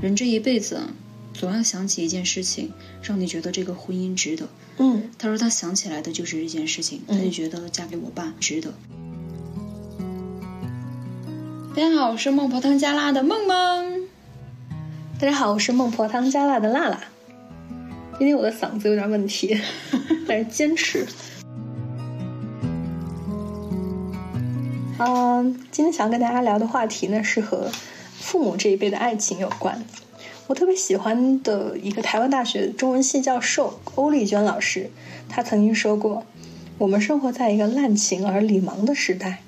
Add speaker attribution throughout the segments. Speaker 1: 人这一辈子啊，总要想起一件事情，让你觉得这个婚姻值得。
Speaker 2: 嗯
Speaker 1: 他说他想起来的就是这件事情，
Speaker 2: 嗯
Speaker 1: 他就觉得嫁给我爸值得。大家好，我是孟婆汤加辣的梦梦。
Speaker 2: 大家好，我是孟婆汤加辣的辣辣。今天我的嗓子有点问题，但是坚持。嗯，今天想跟大家聊的话题呢，是和父母这一辈的爱情有关。我特别喜欢的一个台湾大学中文系教授欧丽娟老师，她曾经说过：“我们生活在一个滥情而礼盲的时代，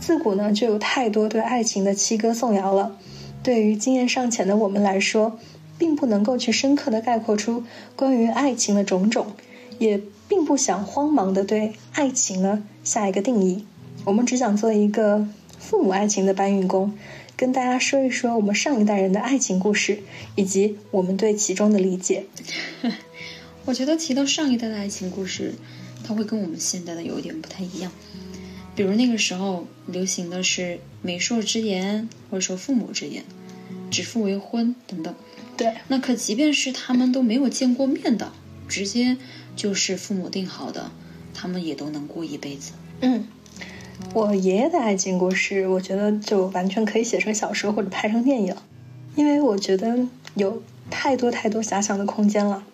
Speaker 2: 自古呢就有太多对爱情的七歌颂谣了。”对于经验尚浅的我们来说，并不能够去深刻的概括出关于爱情的种种，也并不想慌忙的对爱情呢下一个定义。我们只想做一个父母爱情的搬运工，跟大家说一说我们上一代人的爱情故事，以及我们对其中的理解。
Speaker 1: 我觉得提到上一代的爱情故事，它会跟我们现代的有一点不太一样。比如那个时候流行的是媒妁之言，或者说父母之言，指腹为婚等等。
Speaker 2: 对，
Speaker 1: 那可即便是他们都没有见过面的，直接就是父母定好的，他们也都能过一辈子。
Speaker 2: 嗯，我爷爷的爱情故事，我觉得就完全可以写成小说或者拍成电影，因为我觉得有太多太多遐想的空间了。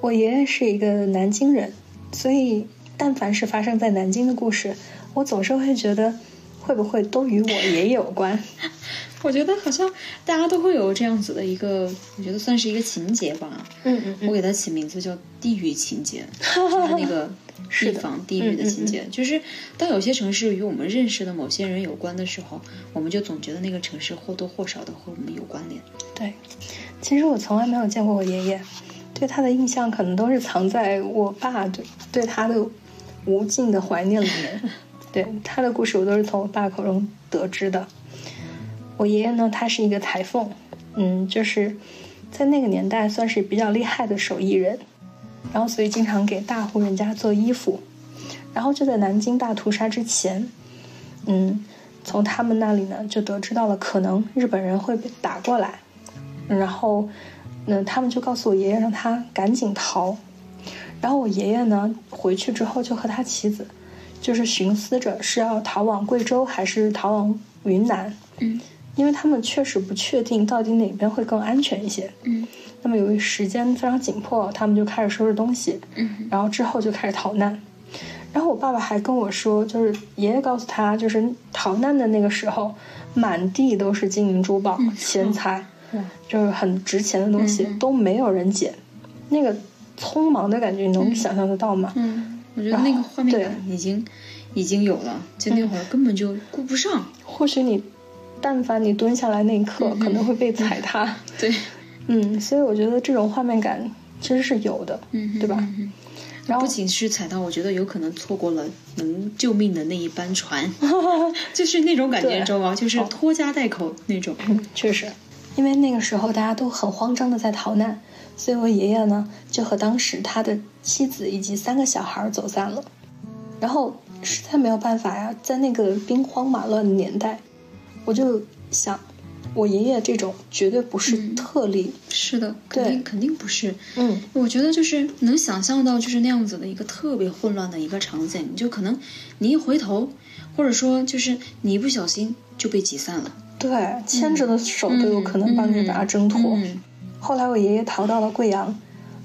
Speaker 2: 我爷爷是一个南京人，所以但凡是发生在南京的故事，我总是会觉得会不会都与我爷爷有关？
Speaker 1: 我觉得好像大家都会有这样子的一个，我觉得算是一个情节吧。
Speaker 2: 嗯嗯
Speaker 1: 我给它起名字叫“地域情节”，就是那个地
Speaker 2: 是的
Speaker 1: 方地域的
Speaker 2: 嗯嗯
Speaker 1: 情节。就是当有些城市与我们认识的某些人有关的时候，我们就总觉得那个城市或多或少的和我们有关联。
Speaker 2: 对，其实我从来没有见过我爷爷，对他的印象可能都是藏在我爸对对他的无尽的怀念里面。对他的故事，我都是从我爸口中得知的。我爷爷呢，他是一个裁缝，嗯，就是在那个年代算是比较厉害的手艺人，然后所以经常给大户人家做衣服。然后就在南京大屠杀之前，嗯，从他们那里呢就得知到了可能日本人会被打过来，然后，嗯，他们就告诉我爷爷让他赶紧逃，然后我爷爷呢回去之后就和他妻子，就是寻思着是要逃往贵州还是逃往云南，
Speaker 1: 嗯
Speaker 2: 因为他们确实不确定到底哪边会更安全一些。
Speaker 1: 嗯
Speaker 2: 那么由于时间非常紧迫，他们就开始收拾东西，
Speaker 1: 嗯
Speaker 2: 然后之后就开始逃难。然后我爸爸还跟我说，就是爷爷告诉他，就是逃难的那个时候，满地都是金银珠宝、
Speaker 1: 嗯
Speaker 2: 钱财，
Speaker 1: 哇
Speaker 2: 就是很值钱的东西、
Speaker 1: 嗯嗯
Speaker 2: 都没有人捡，那个匆忙的感觉，你能
Speaker 1: 嗯
Speaker 2: 想象得到吗？
Speaker 1: 嗯，我觉得那个
Speaker 2: 啊
Speaker 1: 画面感已经已经有了，就那会儿根本就顾不上。
Speaker 2: 或许你，但凡你蹲下来那一刻，
Speaker 1: 嗯嗯
Speaker 2: 可能会被踩踏。
Speaker 1: 对，
Speaker 2: 嗯，所以我觉得这种画面感其实是有的，
Speaker 1: 嗯，
Speaker 2: 对吧？
Speaker 1: 嗯嗯
Speaker 2: 然后
Speaker 1: 不仅是踩到，我觉得有可能错过了能救命的那一班 船，就是那种感觉，
Speaker 2: 对
Speaker 1: 你知道吗？就是拖家带口那种。
Speaker 2: 嗯，确实，因为那个时候大家都很慌张的在逃难，所以我爷爷呢就和当时他的妻子以及三个小孩儿走散了。然后实在没有办法呀，在那个兵荒马乱的年代，我就想，我爷爷这种绝对不是
Speaker 1: 嗯
Speaker 2: 特例。
Speaker 1: 是的，肯定
Speaker 2: 对
Speaker 1: 肯定不是。
Speaker 2: 嗯
Speaker 1: 我觉得就是能想象到就是那样子的一个特别混乱的一个场景，你就可能你一回头，或者说就是你一不小心就被挤散了，
Speaker 2: 对，牵着的手都有可能帮你把它挣脱。
Speaker 1: 嗯嗯
Speaker 2: 后来我爷爷逃到了贵阳，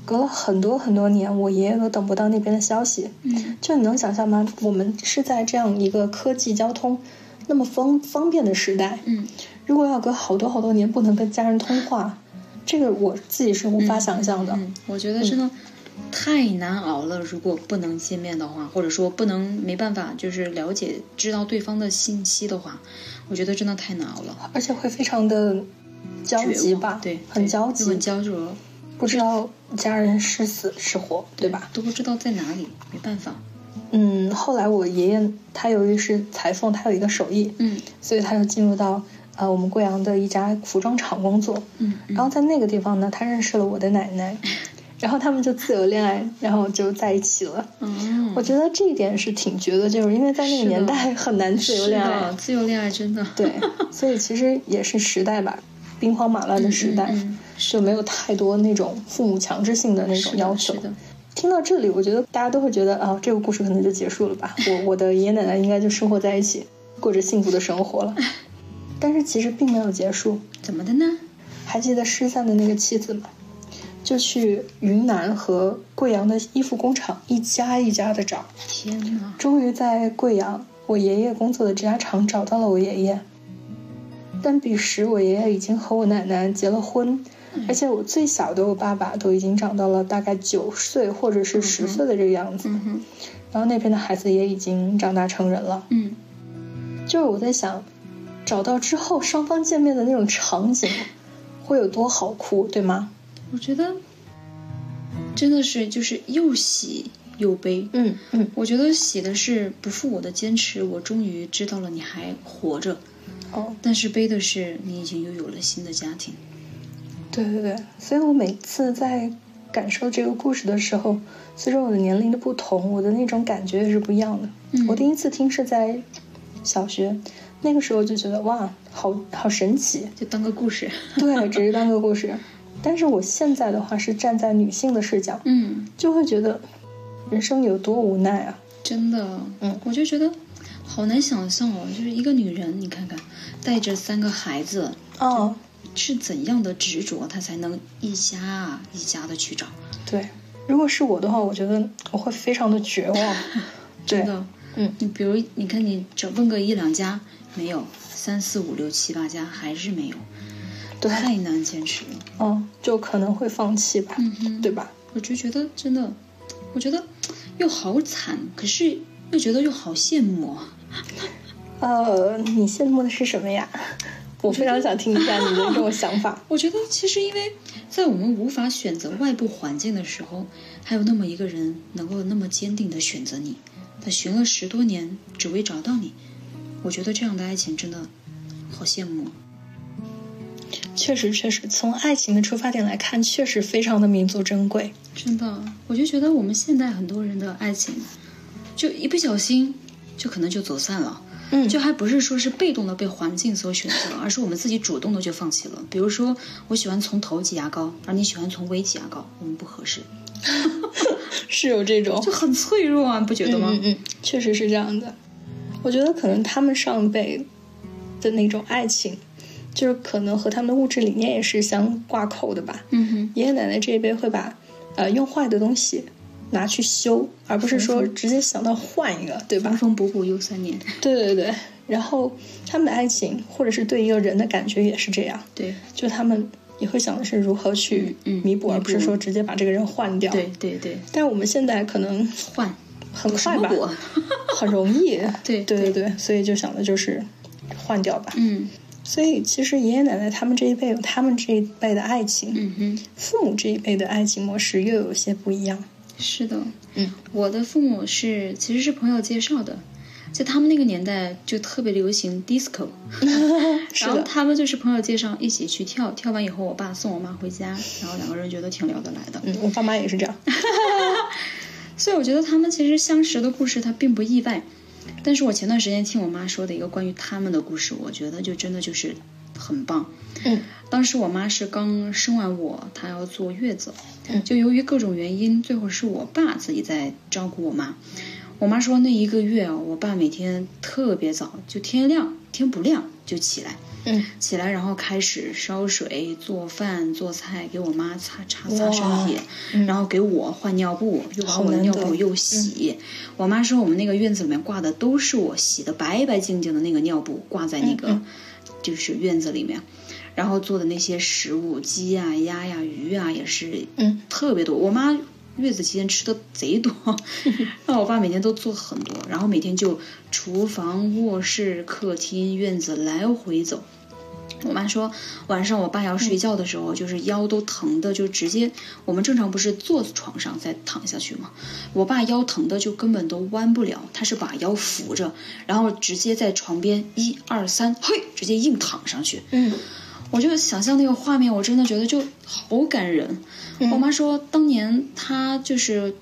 Speaker 2: 隔了很多很多年，我爷爷都等不到那边的消息。
Speaker 1: 嗯
Speaker 2: 就你能想象吗？我们是在这样一个科技交通那么方方便的时代，
Speaker 1: 嗯，
Speaker 2: 如果要隔好多好多年不能跟家人通话，这个我自己是无法想象的。
Speaker 1: 嗯，我觉得真的太难熬了。如果不能见面的话，或者说不能没办法就是了解知道对方的信息的话，我觉得真的太难熬了，
Speaker 2: 而且会非常的焦急
Speaker 1: 绝望
Speaker 2: 吧？
Speaker 1: 对，
Speaker 2: 很
Speaker 1: 对
Speaker 2: 焦
Speaker 1: 就
Speaker 2: 急
Speaker 1: 很，焦灼，
Speaker 2: 不知道家人是死是活，对吧？？
Speaker 1: 都不知道在哪里，没办法。
Speaker 2: 嗯，后来我爷爷他由于是裁缝，他有一个手艺，
Speaker 1: 嗯
Speaker 2: 所以他就进入到呃我们贵阳的一家服装厂工作。
Speaker 1: 嗯，嗯
Speaker 2: 然后在那个地方呢，他认识了我的奶奶，然后他们就自由恋爱，然后就在一起了。
Speaker 1: 嗯，
Speaker 2: 我觉得这一点是挺绝的，就是因为在那
Speaker 1: 是
Speaker 2: 个
Speaker 1: 的
Speaker 2: 年代很难自由
Speaker 1: 是
Speaker 2: 恋
Speaker 1: 的
Speaker 2: 爱，
Speaker 1: 自由恋爱真的
Speaker 2: 对，所以其实也是时代吧，兵荒马乱的时代，
Speaker 1: 嗯嗯嗯
Speaker 2: 就没有太多那种父母强制性的那种要求
Speaker 1: 是。的，
Speaker 2: 听到这里，我觉得大家都会觉得啊，这个故事可能就结束了吧。我我的爷爷奶奶应该就生活在一起，过着幸福的生 活了。但是其实并没有结束。
Speaker 1: 怎么的呢？
Speaker 2: 还记得失散的那个妻子吗？就去云南和贵阳的衣服工厂一家一家的找，
Speaker 1: 天 哪！
Speaker 2: 终于在贵阳我爷爷工作的这家厂找到了我爷爷。但彼时我爷爷已经和我奶奶结了婚，
Speaker 1: 嗯
Speaker 2: 而且我最小的我爸爸都已经长到了大概九岁或者是十岁的这个样子，
Speaker 1: 嗯哼，
Speaker 2: 然后那边的孩子也已经长大成人了。
Speaker 1: 嗯，
Speaker 2: 就是我在想，找到之后双方见面的那种场景，会有多好哭，对吗？
Speaker 1: 我觉得真的是就是又喜又悲。
Speaker 2: 嗯嗯，
Speaker 1: 我觉得喜的是不负我的坚持，我终于知道了你还活着；
Speaker 2: 哦，
Speaker 1: 但是悲的是你已经拥有了新的家庭。
Speaker 2: 对对对，所以我每次在感受这个故事的时候，随着我的年龄的不同，我的那种感觉也是不一样的。
Speaker 1: 嗯
Speaker 2: 我第一次听是在小学，那个时候就觉得哇，好好神 奇，
Speaker 1: 就当个故事。
Speaker 2: 对，只是当个故事。但是我现在的话是站在女性的视角，
Speaker 1: 嗯，
Speaker 2: 就会觉得人生有多无奈啊！
Speaker 1: 真的，
Speaker 2: 嗯
Speaker 1: 我就觉得好难想象哦，就是一个女人，你看看，带着三个孩子，
Speaker 2: 哦，
Speaker 1: 是怎样的执着，她才能一家一家的去找？
Speaker 2: 对，如果是我的话，我觉得我会非常的绝望。对
Speaker 1: 真，的，
Speaker 2: 嗯，
Speaker 1: 你比如你看你找问个一两家，没有三四五六七八家还是没有，
Speaker 2: 对，
Speaker 1: 太难坚持了。
Speaker 2: 嗯，就可能会放弃吧，
Speaker 1: 嗯哼
Speaker 2: 对吧？
Speaker 1: 我就觉得真的，我觉得又好惨，可是又觉得又好羡慕哦。
Speaker 2: 呃，你羡慕的是什么呀？ 我非常想听一下你的这种想法。
Speaker 1: 我觉得其实因为在我们无法选择外部环境的时候，还有那么一个人能够那么坚定的选择你，他寻了十多年只为找到你，我觉得这样的爱情真的好羡慕。 啊
Speaker 2: 确实，确实，从爱情的出发点来看，确实非常的弥足珍贵。
Speaker 1: 真的，我就觉得我们现代很多人的爱情，就一不小心就可能就走散了。
Speaker 2: 嗯
Speaker 1: 就还不是说是被动的被环境所选择，而是我们自己主动的就放弃了。比如说，我喜欢从头挤牙膏，而你喜欢从尾挤牙膏，我们不合适，
Speaker 2: 是有这种，
Speaker 1: 就很脆弱啊，你不觉得吗？
Speaker 2: 嗯嗯，确实是这样的。我觉得可能他们上一辈的那种爱情，就是可能和他们的物质理念也是相挂扣的吧。
Speaker 1: 嗯哼，
Speaker 2: 爷爷奶奶这一辈会把呃用坏的东西拿去修，而不是说直接想到换一个，对吧
Speaker 1: 缝？缝补补又三年，
Speaker 2: 对对对，然后他们的爱情或者是对一个人的感觉也是这样，
Speaker 1: 对
Speaker 2: 就他们也会想的是如何去
Speaker 1: 嗯嗯
Speaker 2: 弥补，
Speaker 1: 弥补
Speaker 2: 而不是说直接把这个人换掉。
Speaker 1: 对，对对，
Speaker 2: 但我们现在可能
Speaker 1: 换
Speaker 2: 很
Speaker 1: 有什
Speaker 2: 快
Speaker 1: 么
Speaker 2: 吧，
Speaker 1: 果？
Speaker 2: 很容易。
Speaker 1: 对
Speaker 2: 对对对，所以就想的就是换掉吧。
Speaker 1: 嗯
Speaker 2: 所以其实爷爷奶奶他们这一辈有他们这一辈的爱情，
Speaker 1: 嗯哼。
Speaker 2: 父母这一辈的爱情模式又有些不一样。
Speaker 1: 是的，
Speaker 2: 嗯，
Speaker 1: 我的父母是其实是朋友介绍的，在他们那个年代就特别流行 disco，
Speaker 2: 是
Speaker 1: 嗯然后
Speaker 2: 的，
Speaker 1: 他们就是朋友介绍一起去跳，跳完以后我爸送我妈回家，然后两个人觉得挺聊得来的，
Speaker 2: 嗯，我爸妈也是 这样。
Speaker 1: 所以我觉得他们其实相识的故事它并不意外，但是我前段时间听我妈说的一个关于他们的故事，我觉得就真的就是很棒，
Speaker 2: 嗯
Speaker 1: 当时我妈是刚生完我，她要坐月子，
Speaker 2: 嗯
Speaker 1: 就由于各种原因，最后是我爸自己在照顾我妈。我妈说那一个月啊，我爸每天特别早，就天亮天不亮就起来，
Speaker 2: 嗯，
Speaker 1: 起来然后开始烧水、做饭、做菜，给我妈擦擦擦
Speaker 2: 哇
Speaker 1: 身体，
Speaker 2: 嗯
Speaker 1: 然后给我换尿布，又把
Speaker 2: 好
Speaker 1: 我的
Speaker 2: 难
Speaker 1: 尿
Speaker 2: 得嗯
Speaker 1: 布又洗。我妈说我们那个院子里面挂的都是我洗的白白净净的那个尿布，挂在那个
Speaker 2: 嗯
Speaker 1: 就是院子里面。然后做的那些食物，鸡呀、鸭呀、鱼啊，也是
Speaker 2: 嗯
Speaker 1: 特别多。我妈月子期间吃的贼多，那我爸每天都做很多，然后每天就厨房、卧室、客厅、院子来回走。我妈说，晚上我爸要睡觉的时候，就是腰都疼的，就直接我们正常不是坐床上再躺下去吗？我爸腰疼的就根本都弯不了，他是把腰扶着，然后直接在床边一二三，嘿，直接硬躺上去。
Speaker 2: 嗯
Speaker 1: 我就想象那个画面，我真的觉得就好感人。
Speaker 2: 嗯
Speaker 1: 我妈说，当年她就是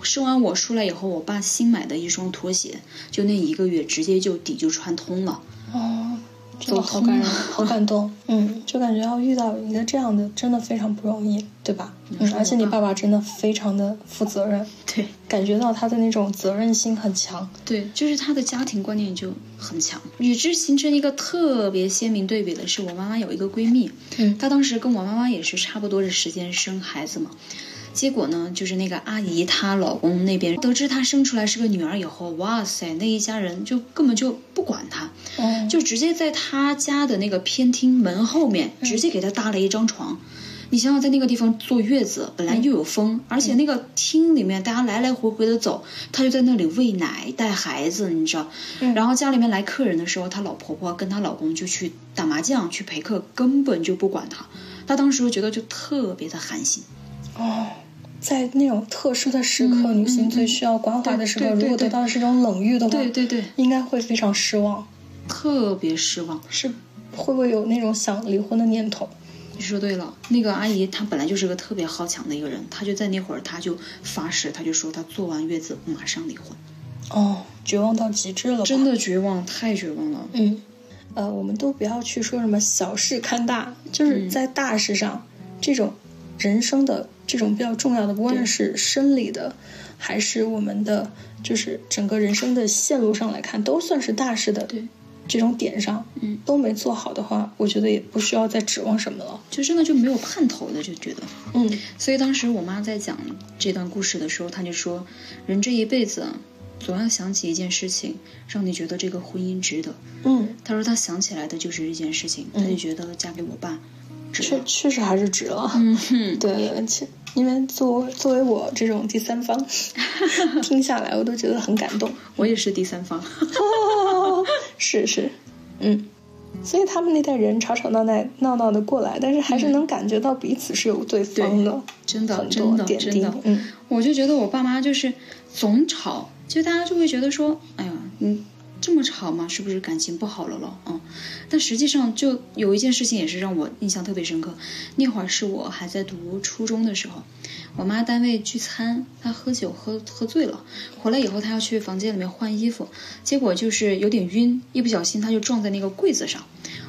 Speaker 1: 生完我出来以后，我爸新买的一双拖鞋，就那一个月直接就底就穿通了。
Speaker 2: 哦，真的好
Speaker 1: 感
Speaker 2: 感
Speaker 1: 人
Speaker 2: 人，好 感动。嗯，就感觉要遇到一个这样的，真的非常不容易，对吧？嗯，而且你爸爸真的非常的负责任，
Speaker 1: 对
Speaker 2: 感觉到他的那种责任心很强。
Speaker 1: 对，就是他的家庭观念就很强，与之形成一个特别鲜明对比的是，我妈妈有一个闺蜜，
Speaker 2: 嗯
Speaker 1: 她当时跟我妈妈也是差不多的时间生孩子嘛。结果呢，就是那个阿姨她老公那边得知她生出来是个女儿以后，哇塞，那一家人就根本就不管她，
Speaker 2: 嗯，
Speaker 1: 就直接在她家的那个偏厅门后面直接给她搭了一张床。你想想，在那个地方坐月子，本来又有风，而且那个厅里面大家来来回回的走，她就在那里喂奶、带孩子，你知道。
Speaker 2: 嗯
Speaker 1: 然后家里面来客人的时候，她老婆婆跟她老公就去打麻将、去陪客，根本就不管她。她当时觉得就特别的寒心。
Speaker 2: 哦，在那种特殊的时刻，
Speaker 1: 嗯
Speaker 2: 女性最需要关怀的时
Speaker 1: 对
Speaker 2: 刻，
Speaker 1: 对对
Speaker 2: 如果得到的是一种冷遇的话，
Speaker 1: 对对对，
Speaker 2: 应该会非常失望，
Speaker 1: 特别失望。
Speaker 2: 是会不会有那种想离婚的念头？
Speaker 1: 你说对了，那个阿姨她本来就是个特别好强的一个人，她就在那会儿，她就发誓，她就说她做完月子马上离婚，
Speaker 2: 哦，绝望到极致了吧，
Speaker 1: 真的绝望，太绝望了。
Speaker 2: 嗯，呃，我们都不要去说什么小事看大，就是
Speaker 1: 嗯
Speaker 2: 在大事上，这种人生的这种比较重要的，不
Speaker 1: 对
Speaker 2: 管是生理的，还是我们的，就是整个人生的线路上来看，都算是大事的。
Speaker 1: 对，
Speaker 2: 这种点上，
Speaker 1: 嗯，
Speaker 2: 都没做好的话，我觉得也不需要再指望什么了。
Speaker 1: 就真的就没有盼头了，就觉得。
Speaker 2: 嗯
Speaker 1: 所以当时我妈在讲这段故事的时候，她就说，人这一辈子啊总要想起一件事情，让你觉得这个婚姻值得。
Speaker 2: 嗯，
Speaker 1: 她说她想起来的就是这件事情，她就觉得嫁给我爸值
Speaker 2: 确
Speaker 1: 得。
Speaker 2: 确实还是值了。
Speaker 1: 嗯哼，
Speaker 2: 对，其因为作为作为我这种第三 方，听下来我都觉得很感动。
Speaker 1: 我也是第三方。
Speaker 2: 是是，嗯，所以他们那代人吵吵闹闹闹闹的过来，但是还是能感觉到彼此是有嗯对方的，
Speaker 1: 真的
Speaker 2: 很
Speaker 1: 真
Speaker 2: 多
Speaker 1: 的
Speaker 2: 点
Speaker 1: 真
Speaker 2: 滴
Speaker 1: 的，
Speaker 2: 嗯，
Speaker 1: 我就觉得我爸妈就是总吵，就大家就会觉得说，哎呀，你这么吵嘛，是不是感情不好了咯？嗯，但实际上就有一件事情也是让我印象特别深刻，那会儿是我还在读初中的时候，我妈单位聚餐，她喝酒喝喝醉了，回来以后她要去房间里面换衣服，结果就是有点晕，一不小心她就撞在那个柜子上。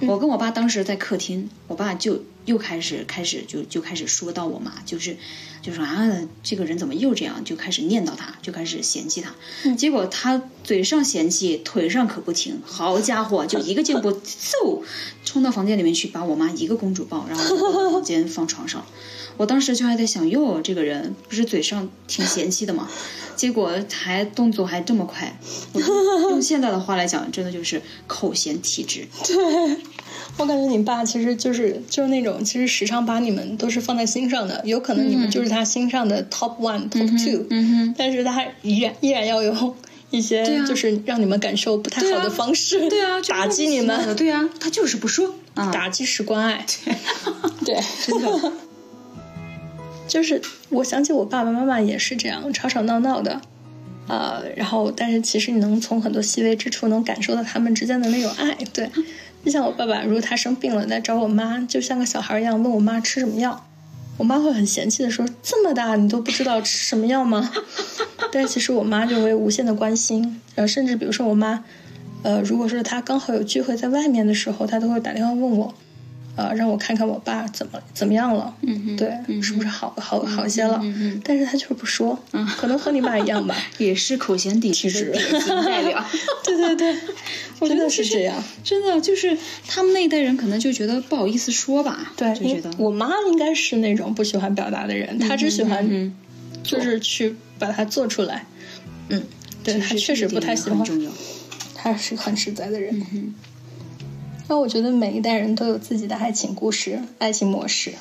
Speaker 1: 我跟我爸当时在客厅，我爸就又开始开始就就开始说到我妈，就是就说啊这个人怎么又这样，就开始念叨她，就开始嫌弃她。结果她嘴上嫌弃，腿上可不停，好家伙，就一个箭步嗖冲到房间里面去，把我妈一个公主抱，然后从房间放床上了。我当时就还在想，哟，这个人不是嘴上挺嫌弃的嘛，结果还动作还这么快，我用现在的话来讲，真的就是口嫌体直。
Speaker 2: 我感觉你爸其实就是就是那种其实时常把你们都是放在心上的，有可能你们就是他心上的 top one、top two，、
Speaker 1: 嗯哼，
Speaker 2: 但是他依然依然要有一些
Speaker 1: 对啊
Speaker 2: 就是让你们感受不太好
Speaker 1: 对啊
Speaker 2: 的方式，
Speaker 1: 对啊，就是
Speaker 2: 打击你
Speaker 1: 莫名其妙的
Speaker 2: 们，
Speaker 1: 对啊，他就是不说啊，
Speaker 2: 打击是关爱，嗯 对。
Speaker 1: 真的，
Speaker 2: 就是我想起我爸爸妈妈也是这样吵吵闹闹的，呃，然后但是其实你能从很多细微之处能感受到他们之间的那种爱，对。就像我爸爸，如果他生病了来找我妈，就像个小孩一样问我妈吃什么药，我妈会很嫌弃的说：“这么大你都不知道吃什么药吗？” 但其实我妈就会无限的关心，呃，甚至比如说我妈，呃，如果说她刚好有聚会在外面的时候，她都会打电话问我，呃，让我看看我爸怎么怎么样了，
Speaker 1: 嗯哼，
Speaker 2: 对，是不是好好好些了？
Speaker 1: 嗯哼嗯
Speaker 2: 但是他就是不说，可能和你爸一样 吧。
Speaker 1: 也是口嫌体直的典型代表。
Speaker 2: 对对对，
Speaker 1: 我觉
Speaker 2: 真
Speaker 1: 得
Speaker 2: 的是这样。
Speaker 1: 真的就是他们那一代人可能就觉得不好意思说吧，
Speaker 2: 对，
Speaker 1: 就
Speaker 2: 因
Speaker 1: 觉
Speaker 2: 为
Speaker 1: 得
Speaker 2: 我妈应该是那种不喜欢表达的人，她只喜欢
Speaker 1: 嗯，
Speaker 2: 就是去把它做出来。嗯，对，她确实不太喜欢
Speaker 1: 很，重要。
Speaker 2: 她是很实在的人。
Speaker 1: 嗯
Speaker 2: 那我觉得每一代人都有自己的爱情故事、爱情模式。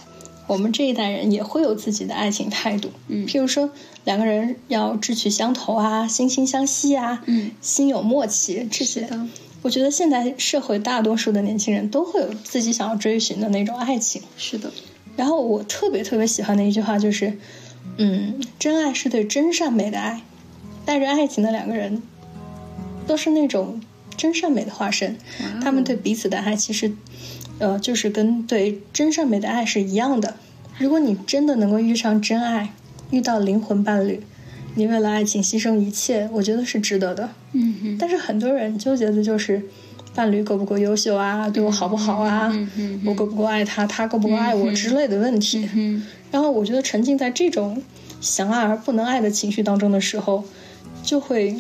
Speaker 2: 我们这一代人也会有自己的爱情态度，
Speaker 1: 嗯
Speaker 2: 譬如说两个人要志趣相投啊，惺惺相惜啊，
Speaker 1: 嗯
Speaker 2: 心有默契这些
Speaker 1: 的。
Speaker 2: 我觉得现代社会大多数的年轻人都会有自己想要追寻的那种爱情。
Speaker 1: 是的，
Speaker 2: 然后我特别特别喜欢的一句话就是，嗯，真爱是对真善美的爱，带着爱情的两个人，都是那种真善美的化身。
Speaker 1: 哇哦
Speaker 2: 他们对彼此的爱其实，呃，就是跟对真善美的爱是一样的。如果你真的能够遇上真爱，遇到灵魂伴侣，你为了爱情牺牲一切，我觉得是值得的。
Speaker 1: 嗯哼，
Speaker 2: 但是很多人纠结的就是，伴侣够不够优秀啊，对我好不好啊，
Speaker 1: 嗯嗯
Speaker 2: 我够不够爱他，他够不够爱我之类的问题。
Speaker 1: 嗯
Speaker 2: 然后我觉得沉浸在这种想爱而不能爱的情绪当中的时候，就会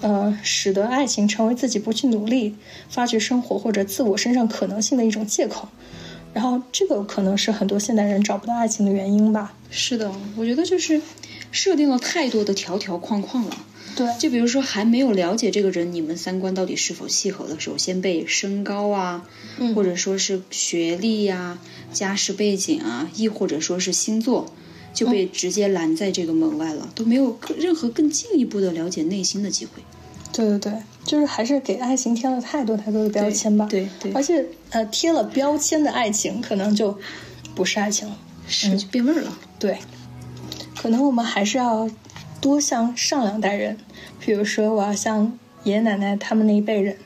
Speaker 2: 呃使得爱情成为自己不去努力发掘生活或者自我身上可能性的一种借口。然后这个可能是很多现代人找不到爱情的原因吧。
Speaker 1: 是的，我觉得就是设定了太多的条条框框了。
Speaker 2: 对
Speaker 1: 就比如说还没有了解这个人，你们三观到底是否契合的时候，先被身高啊，
Speaker 2: 嗯
Speaker 1: 或者说是学历呀、家世背景啊，亦或者说是星座，就被
Speaker 2: 嗯
Speaker 1: 直接拦在这个门外了，都没有更任何更进一步的了解内心的机会。
Speaker 2: 对对对，就是还是给爱情添了太多太多的标签吧。
Speaker 1: 对对对
Speaker 2: 而且呃，贴了标签的爱情可能就不是爱情了。
Speaker 1: 是就变味儿了。
Speaker 2: 对，可能我们还是要多向上两代人，比如说我要向爷爷奶奶他们那一辈人，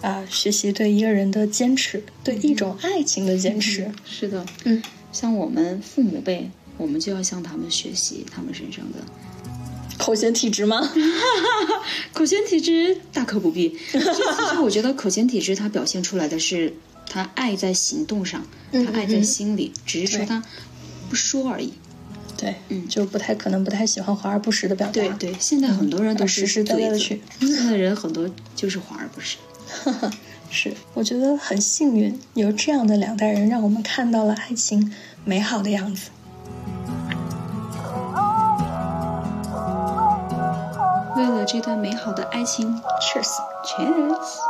Speaker 2: 啊、学习对一个人的坚持，对一种爱情的
Speaker 1: 嗯
Speaker 2: 坚持。
Speaker 1: 是的，
Speaker 2: 嗯，
Speaker 1: 像我们父母辈，我们就要向他们学习他们身上的
Speaker 2: 口嫌体直吗？
Speaker 1: 嗯口嫌体直，大可不 必。其实我觉得口嫌体直，它表现出来的是他爱在行动上，
Speaker 2: 嗯
Speaker 1: 他爱在心里，只是说
Speaker 2: 对
Speaker 1: 他不说而已。
Speaker 2: 对，
Speaker 1: 嗯
Speaker 2: 就不太可能不太喜欢华而不实的表达。
Speaker 1: 对对，现在很多人都是
Speaker 2: 实实在在
Speaker 1: 嘴
Speaker 2: 地
Speaker 1: 子
Speaker 2: 去，
Speaker 1: 现在人很多就是华而不实。
Speaker 2: 是，我觉得很幸运，有这样的两代人，让我们看到了爱情美好的样子。
Speaker 1: 为了这段美好的爱情
Speaker 2: 确实。
Speaker 1: ，Cheers！